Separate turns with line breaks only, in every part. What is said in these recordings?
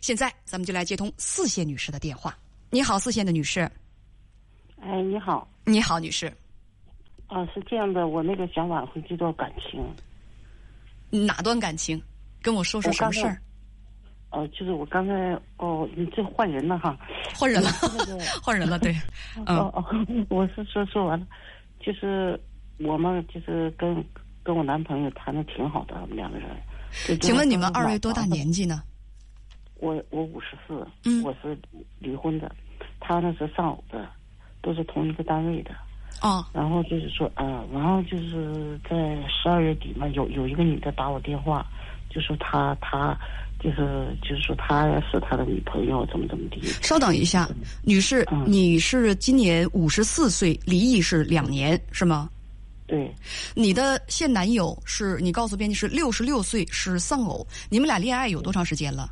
现在咱们就来接通四线女士的电话。你好，四线的女士。
哎，你好，
你好，女士，
啊，是这样的，我那个想挽回这段感情，
哪段感情？跟我说说
我
什么
刚才
事儿？
呃，就是我刚才哦，你这换人了哈，
换人了，
那个，
换人了，对，嗯
哦哦，我是说说完了，就是我们就是跟跟我男朋友谈的挺好的，我们两个人。就
请问你们
就是
二位多大年纪呢？
我我五十四，
嗯
我是离婚的，他那是丧偶的，都是同一个单位的。
哦，
然后就是说，呃，然后就是在十二月底嘛，有有一个女的打我电话，就说她她就是就是说她是他的女朋友，怎么怎么地。
稍等一下，女士，
嗯
你是今年五十四岁，离异是两年是吗？
对，
你的现男友是你告诉编辑是六十六岁，是丧偶。你们俩恋爱有多长时间了？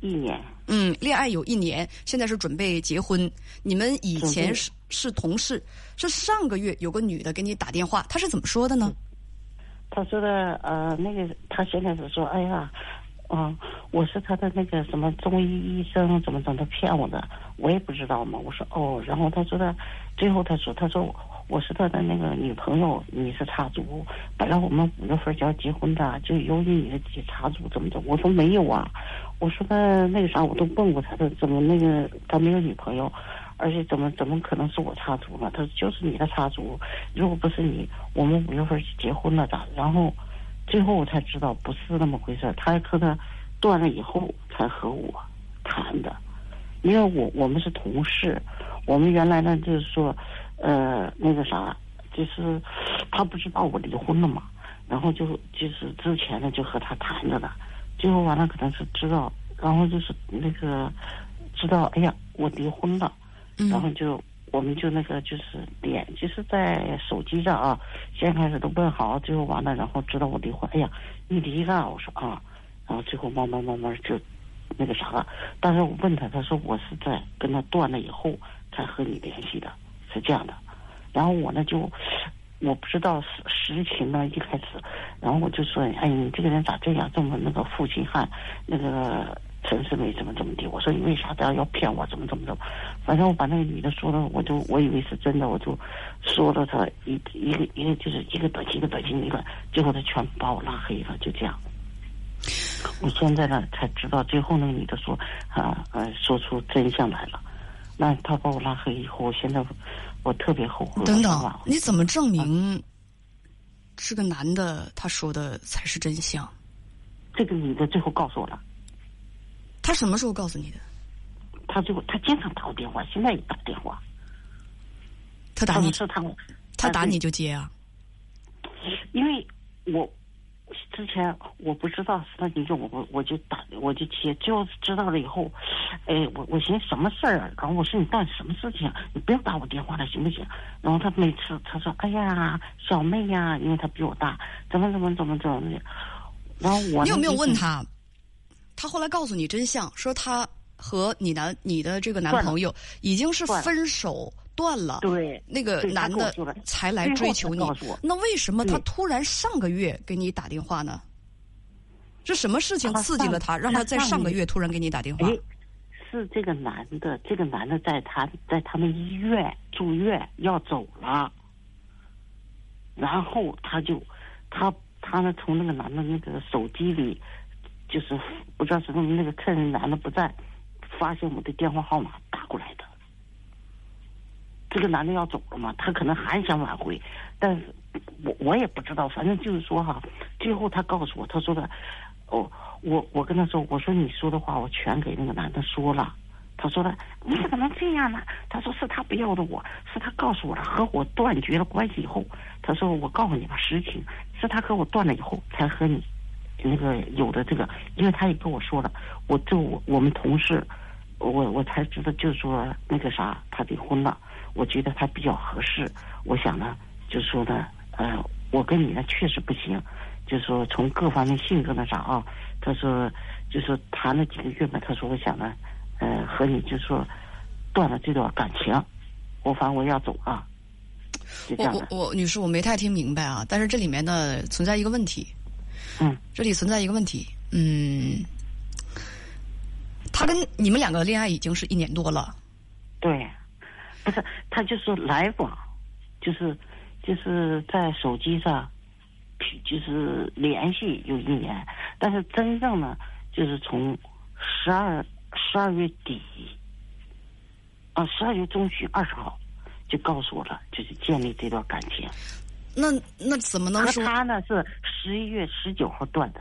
一年，
嗯，恋爱有一年，现在是准备结婚。你们以前是是同事，是上个月有个女的给你打电话，她是怎么说的呢？
她说的呃那个她现在是说，哎呀。啊、我是她的那个什么中医医生，怎么怎么骗我的，我也不知道嘛。我说哦，然后她说的，最后她说，她说我是他的那个女朋友，你是插足。本来我们五月份就要结婚的，就由于你的插足怎么着？我说没有啊，我说那那个啥，我都问过他，他怎么那个他没有女朋友，而且怎么怎么可能是我插足呢？他说就是你的插足，如果不是你，我们五月份就结婚了的。然后最后我才知道不是那么回事儿，他和他断了以后才和我谈的。因为我我们是同事，我们原来呢就是说，呃，那个啥，就是他不知道我离婚了嘛，然后就就是之前呢就和他谈着的，最后完了可能是知道，然后就是那个知道，哎呀，我离婚了，然后
嗯
就我们就那个就是脸就是在手机上啊，先开始都问好，最后完了，然后知道我离婚，哎呀，你离了，我说啊，然后最后慢慢慢慢就那个啥了。但是我问他，他说我是在跟他断了以后才和你联系的，是这样的。然后我呢就我不知道实实情呢，一开始，然后我就说，哎，你这个人咋这样，这么那个负心汉，那个陈世美怎么怎么地？我说你为啥要要骗我？怎么怎么怎么？反正我把那个女的说了，我就我以为是真的，我就说了她一一个一个就是一个短信一个短信一个，结果她全把我拉黑了，就这样。我现在呢才知道，最后那个女的说啊呃说出真相来了。那她把我拉黑以后，我现在我特别后悔。
等
我想挽
等，
回
你怎么证明是个男的？他说的才是真相？
这个女的最后告诉我了，
他什么时候告诉你的？
她最后她经常打我电话，现在也打电话。
他打
她
你
说，是她，
他打
对
你就接啊？
因为我之前我不知道是他女友，我我就打我就接，最后知道了以后，哎，我我寻思什么事儿啊？然后我说你到底什么事情啊？你不要打我电话了，行不行？然后他每次他说哎呀小妹呀、因为他比我大，怎么怎么怎么怎么的。然后我
你有没有问
他？
他？他后来告诉你真相，说他和你男你的这个男
断了
朋友已经是
断了
分手断了，
对，
那个
对他
男
跟我
的
说了
才来
最后
追
才
求你
告诉我。
那为什么他
对
突然上个月给你打电话呢？是什么事情
他
刺激
上
了他，让
他
他在
上
上个
个
月突然给你打电话
哎？，是这个男的，这个男的在他在他们医院住院要走了，然后他就他他呢从那个男的那个手机里，就是不知道是那个趁男的不在，发现我的电话号码打过来的。这个男的要走了嘛，他可能还想挽回，但是我我也不知道，反正就是说哈，最后他告诉我，他说的，哦，我我跟他说，我说你说的话我全给那个男的说了，他说的你怎么能这样呢？他说是他不要的我，是他告诉我了，和我断绝了关系以后，他说我告诉你吧，实情是他和我断了以后才和你那个有的这个，因为他也跟我说了，我就我我们同事，我我才知道，就是说那个啥，他离婚了，我觉得他比较合适，我想呢，就说呢，呃，我跟你呢确实不行，就说从各方面性格那啥啊，他说就说谈了几个月嘛，他说我想呢，呃，和你就说断了这段感情，我反正我要走啊，就这
我
样
我
的，
我，女士，我没太听明白啊。但是这里面呢，存在一个问题，
嗯，
这里存在一个问题，嗯，他跟你们两个恋爱已经是一年多了，
对，不是他就是来往，就是就是在手机上，就是联系有一年，但是真正呢，就是从十二十二月底，啊，十二月中旬二十号，就告诉我了，就是建立这段感情。
那那怎么能
和
说？
他呢是十一月十九号断的，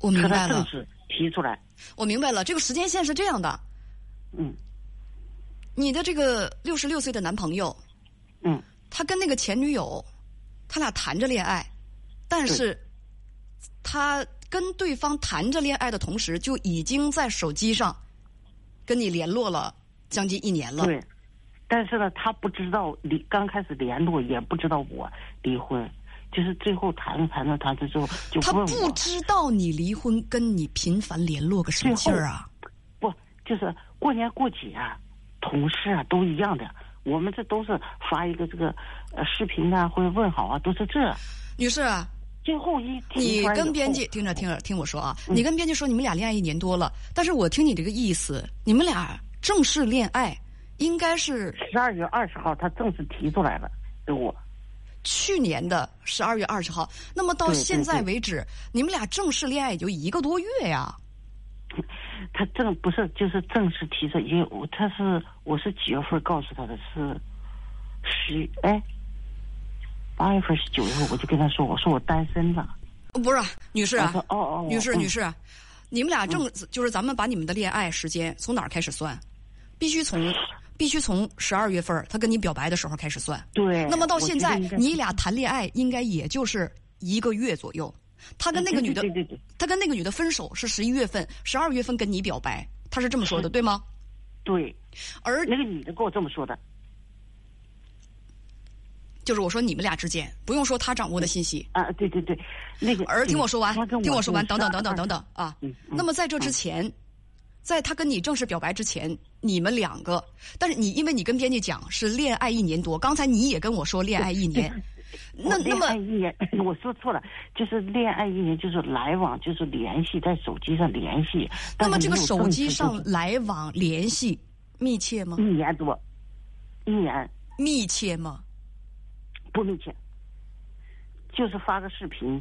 我明
和
白
他正
了，
式提出来，
我明白了，这个时间线是这样的，
嗯
你的这个六十六岁的男朋友，
嗯，
他跟那个前女友，他俩谈着恋爱，但是他跟对方谈着恋爱的同时，就已经在手机上跟你联络了将近一年了。
对。但是呢，他不知道离刚开始联络，也不知道我离婚，就是最后谈着谈着谈着之后就
他
问
不
我，
知道你离婚，跟你频繁联络个什么劲儿啊？
不就是过年过节啊，同事啊都一样的，我们这都是发一个这个呃视频啊或者问好啊，都是这。
女士啊，
最后一提
你
出来以后嗯
跟编辑听着听着听我说啊，你跟编辑说你们俩恋爱一年多了，但是我听你这个意思，你们俩正式恋爱应该是
十二月二十号，他正式提出来了给我。
去年的十二月二十号，那么到
对对
现在为止，你们俩正式恋爱也就一个多月呀。
他正不是就是正式提出，因为我他是我是几月份告诉他的是十哎八月份是九月份，我就跟他说我说我单身了，
哦不是嗯啊，女士
他
啊
说，哦哦，
女士，
嗯
女士啊，你们俩正就是咱们把你们的恋爱时间从哪儿开始算？必须从必须从十二月份儿他跟你表白的时候开始算。
嗯对，
那么到现在
我觉得应该
你俩谈恋爱应该也就是一个月左右。他跟那个女的
对，对对
他跟那个女的分手是十一月份，十二月份跟你表白，他是这么说的，对吗？
对
而
对，那个女的跟我这么说的，
就是我说你们俩之间，不用说他掌握的信息，
啊对对对，那个 嗯
而听我说完
他跟，
听
我
我说完，
说
等等等等等等啊。
嗯，嗯
那么在这之前，在他跟你正式表白之前，你们两个，但是你因为你跟编辑讲是恋爱一年多，刚才你也跟我说恋爱一年，那
嗯我
那
恋
么
爱一年， 我说错了，就是恋爱一年，就是来往，就是联系，在手机上联系。
那
但
么
是
这个
没有
手
正
机
式
上
就是
来往联系密切吗
一？年多，一年
密切吗？
不密切，就是发个视频，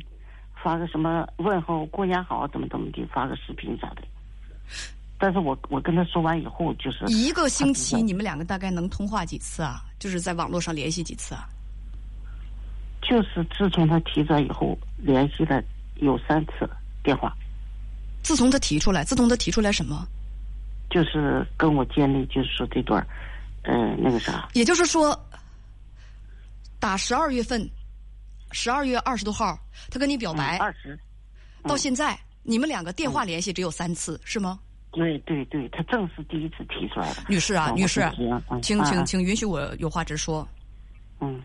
发个什么问候过年好，怎么怎么地，发个视频啥的。但是我我跟他说完以后，就是
一个星
他
期
不
你们两个大概能通话几次啊？就是在网络上联系几次啊？
就是自从他提出来以后，联系了有三次电话，
自从他提出来，自从他提出来什么？
就是跟我建立就是说这段，嗯、呃，那个啥，
也就是说，打十二月份，十二月二十多号，他跟你表白，
二十，嗯
到现在你们两个电话联系只有三次，是吗？
对对对，他正是第一次提出来的。
女士啊，
嗯
女士
我不急啊，嗯
请
啊
请
啊
请允许我有话直说。
嗯，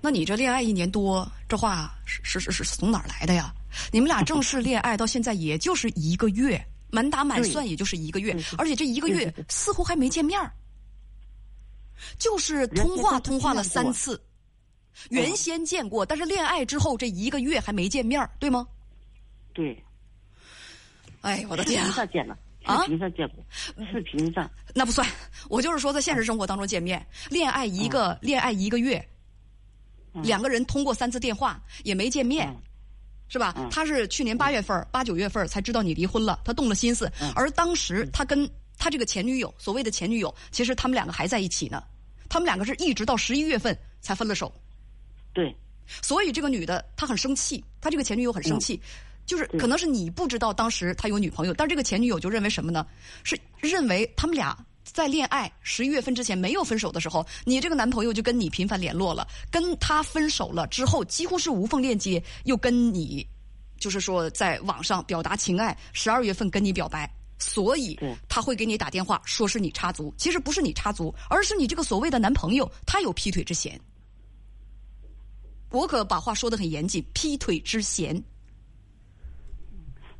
那你这恋爱一年多，这话是是是是是从哪儿来的呀？你们俩正式恋爱到现在也就是一个月，满打满算也就是一个月
对对，
而且这一个
对
月
对对
似乎还没见面儿，就是通
原先
话
都
通话了
见过
三次，原先见过，但是恋爱之后这一个月还没见面儿，对吗？
对，
哎，我的
视频
天啊！
上见了，
啊
视频上见过，视频上
那不算，我就是说在现实生活当中见面，恋爱一个、
嗯
恋爱一个月，两个人通过三次电话也没见面，
嗯
是吧？
嗯
他是去年八月份儿、八九月份儿才知道你离婚了，他动了心思，
嗯
而当时他跟他这个前女友，所谓的前女友，其实他们两个还在一起呢，他们两个是一直到十一月份才分了手，
对。
所以这个女的她很生气，她这个前女友很生气，就是可能是你不知道当时她有女朋友，但这个前女友就认为什么呢？是认为他们俩在恋爱十一月份之前没有分手的时候，你这个男朋友就跟你频繁联络了，跟他分手了之后，几乎是无缝链接，又跟你就是说在网上表达情爱，十二月份跟你表白。所以
对
他会给你打电话，说是你插足，其实不是你插足，而是你这个所谓的男朋友，他有劈腿之嫌。我可把话说得很严谨，劈腿之嫌。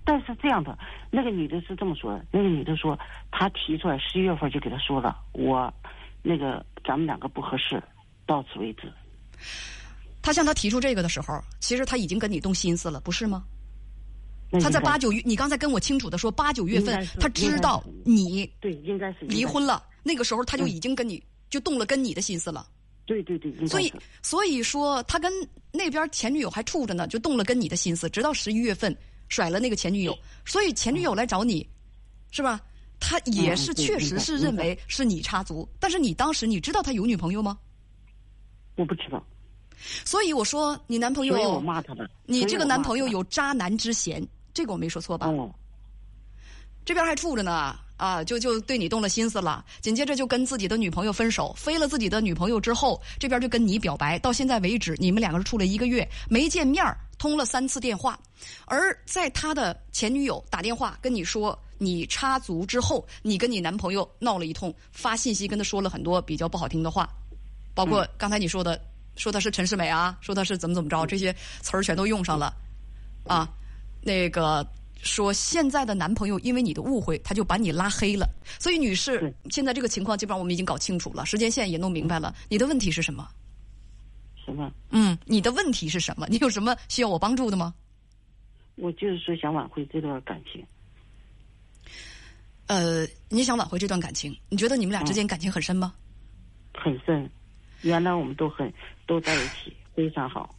但是这样的，那个女的是这么说的，那个女的说，她提出来十一月份就给她说了，我那个咱们两个不合适，到此为止。
他向他提出这个的时候，其实他已经跟你动心思了，不是吗？
那
他在
应该
八九月，你刚才跟我清楚的说，八九月
应
份
该是
他知道你
对，应该是
离婚
了。
了，那个时候他就已经跟
嗯
你就动了跟你的心思了。
对对对，应该
所以
是，
所以说他跟那边前女友还处着呢，就动了跟你的心思，直到十一月份甩了那个前女友，
嗯
所以前女友来找你，是吧？他也是
嗯对
确实是
明白
认为是你插足，但是你当时你知道他有女朋友吗？
我不知道，
所以我说你男朋
所以我
友，
骂他了。
哎你这个男朋友
所以
有渣男之嫌，这个我没说错吧？
我骂他了哦，
这边还处着呢，啊，就就对你动了心思了，紧接着就跟自己的女朋友分手，飞了自己的女朋友之后，这边就跟你表白，到现在为止，你们两个是处了一个月，没见面儿通了三次电话，而在他的前女友打电话跟你说你插足之后，你跟你男朋友闹了一通，发信息跟他说了很多比较不好听的话，包括刚才你说的，说他是陈世美啊，说他是怎么怎么着，这些词儿全都用上了，啊，那个说现在的男朋友因为你的误会，他就把你拉黑了。所以，女士
对，
现在这个情况基本上我们已经搞清楚了，时间线也弄明白了。你的问题是什么？
什么？
嗯，你的问题是什么？你有什么需要我帮助的吗？
我就是说想挽回这段感情。
呃，你想挽回这段感情？你觉得你
嗯
们俩之间感情很深吗？
很深，原来我们都很都在一起，非常好。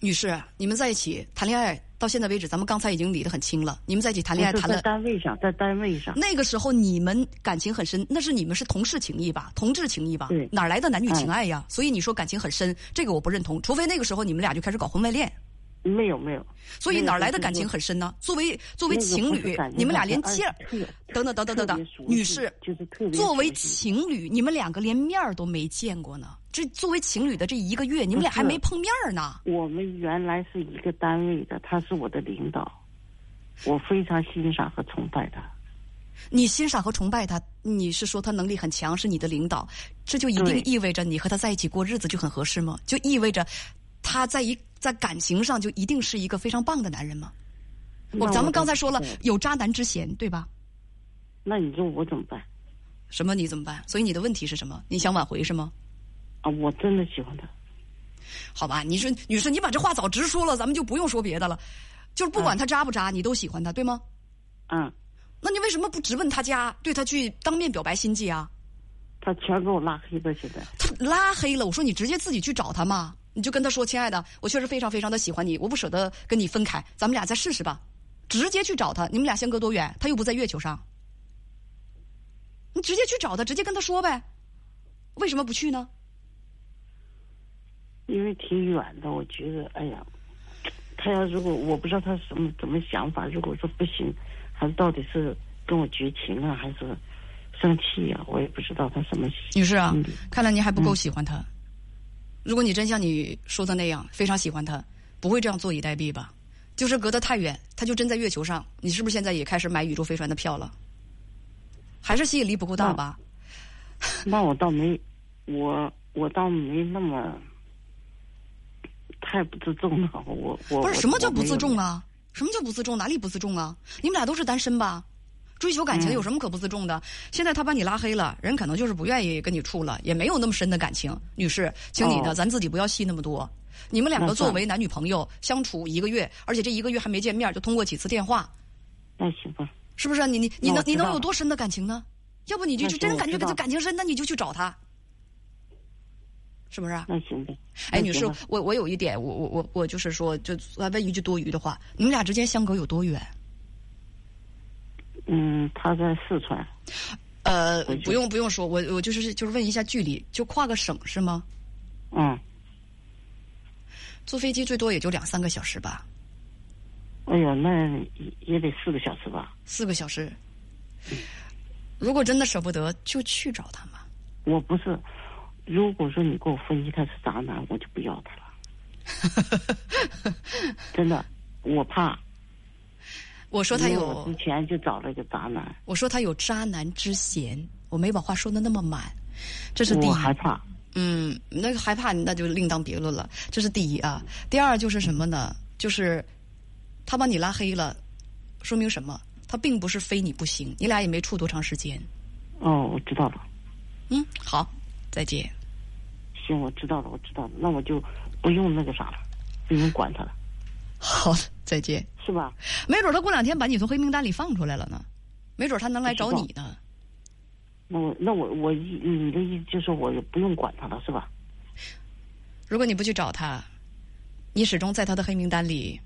女士，你们在一起谈恋爱到现在为止，咱们刚才已经理得很清了。你们在一起谈恋爱
嗯我是
谈
在
了
单位上，在单位上，
那个时候你们感情很深，那是你们是同事情谊吧，同志情谊吧
对，嗯
哪儿来的男女情爱呀？所以你说感情很深，这个我不认同。除非那个时候你们俩就开始搞婚外恋，
没有没有，
所以
那个
哪儿来
不
的
是
感情
说
很深呢？作为作为
那个
情
不是
侣
感，情
你们俩
很
连
深而
见儿
且特别
等等等等等
特别
等
熟，悉
女士，
就是特别
作为
熟悉
情侣，你们两个连面儿都没见过呢。这作为情侣的这一个月，你们俩还
不是
没碰面儿呢。
我们原来是一个单位的，他是我的领导，我非常欣赏和崇拜他。
你欣赏和崇拜他，你是说他能力很强，是你的领导，这就一定
对
意味着你和他在一起过日子就很合适吗？就意味着他在一在感情上就一定是一个非常棒的男人吗？哦
那
我咱们刚才
怎
说
么
了
办
有渣男之嫌，对吧？
那你说我怎么办
什么你怎么办？所以你的问题是什么？你想挽回是吗？
啊？我真的喜欢他，
好吧，你说女士，你把这话早直说了，咱们就不用说别的了。就是不管他渣不渣，你都喜欢他，对吗？
嗯，
那你为什么不直问他家，对他去当面表白心迹啊？
他全给我拉黑了，现在
他拉黑了，我说你直接自己去找他嘛，你就跟他说，亲爱的，我确实非常非常的喜欢你，我不舍得跟你分开，咱们俩再试试吧，直接去找他，你们俩相隔多远？他又不在月球上，你直接去找他，直接跟他说呗，为什么不去呢？
因为挺远的，我觉得，哎呀，他要如果我不知道他什么怎么想法，如果说不行，还是到底是跟我绝情啊，还是生气啊，我也不知道他什么
女士啊
嗯，
看来您还不够喜欢他。如果你真像你说的那样非常喜欢他，不会这样坐以待毙吧？就是隔得太远，他就真在月球上，你是不是现在也开始买宇宙飞船的票了？还是吸引力不够大吧？
那我倒没，我我倒没那么太不自重了。我我
不是什么叫不自重
啊？
啊？什么叫不自重？哪里不自重啊？你们俩都是单身吧？追求感情
嗯
有什么可不自重的？现在他把你拉黑了，人可能就是不愿意跟你处了，也没有那么深的感情。女士，请你呢，
哦
咱自己不要戏那么多。你们两个
那算
作
了
为男女朋友相处一个月，而且这一个月还没见面，就通过几次电话，
那行吧，
是不是？啊你你你
那我
能你
知道
能有
了
多深的感情呢？要不你就
那
就
行
真
我
感觉
知
跟
道
他
了
感情深，那你就去找他，是不是啊？
那行吧。
哎，
那
女
行
士
吧，
我我有一点，我我我我就是说，就再问一句多余的话，你们俩之间相隔有多远？
嗯，他在四川，
呃，
回去
不用不用说，我我就是就是问一下距离，就跨个省是吗？
嗯，
坐飞机最多也就两三个小时吧，
哎呀，那也也得四个小时吧。
四个小时。如果真的舍不得，就去找他嘛。
我不是，如果说你给我分析他是渣男，我就不要他了。真的，我怕。
我说
因
他
为
有，
我之前就找了一个渣男，
我说他有渣男之嫌，我没把话说的那么满，这是第一
我。害怕。
嗯，那个害怕那就另当别论了，这是第一啊。第二就是什么呢？就是他把你拉黑了，说明什么？他并不是非你不行，你俩也没处多长时间。
哦，我知道了。
嗯，好，再见。
行，我知道了，我知道了，那我就不用那个啥了，不用管他了。
好的，再见。
是吧？
没准他过两天把你从黑名单里放出来了呢，没准他能来找你呢。
那我嗯那我我意你的意思就是我也不用管他了是吧？
如果你不去找他，你始终在他的黑名单里，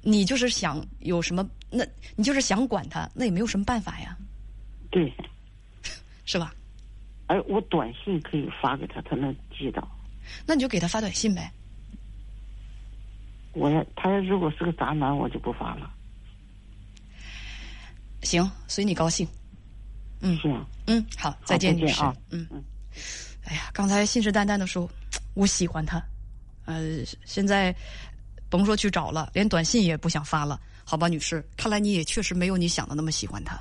你就是想有什么，那你就是想管他，那也没有什么办法呀，
对，
是吧？
而我短信可以发给他，他能记到。
那你就给他发短信呗。
我要他要如果是个渣男，我就不发了。
行，随你高兴。嗯
是啊，
嗯，好，再见，
再
女
见
士
啊。
嗯
嗯，
哎呀，刚才信誓旦旦的说，我喜欢他，呃，现在甭说去找了，连短信也不想发了，好吧，女士，看来你也确实没有你想的那么喜欢他。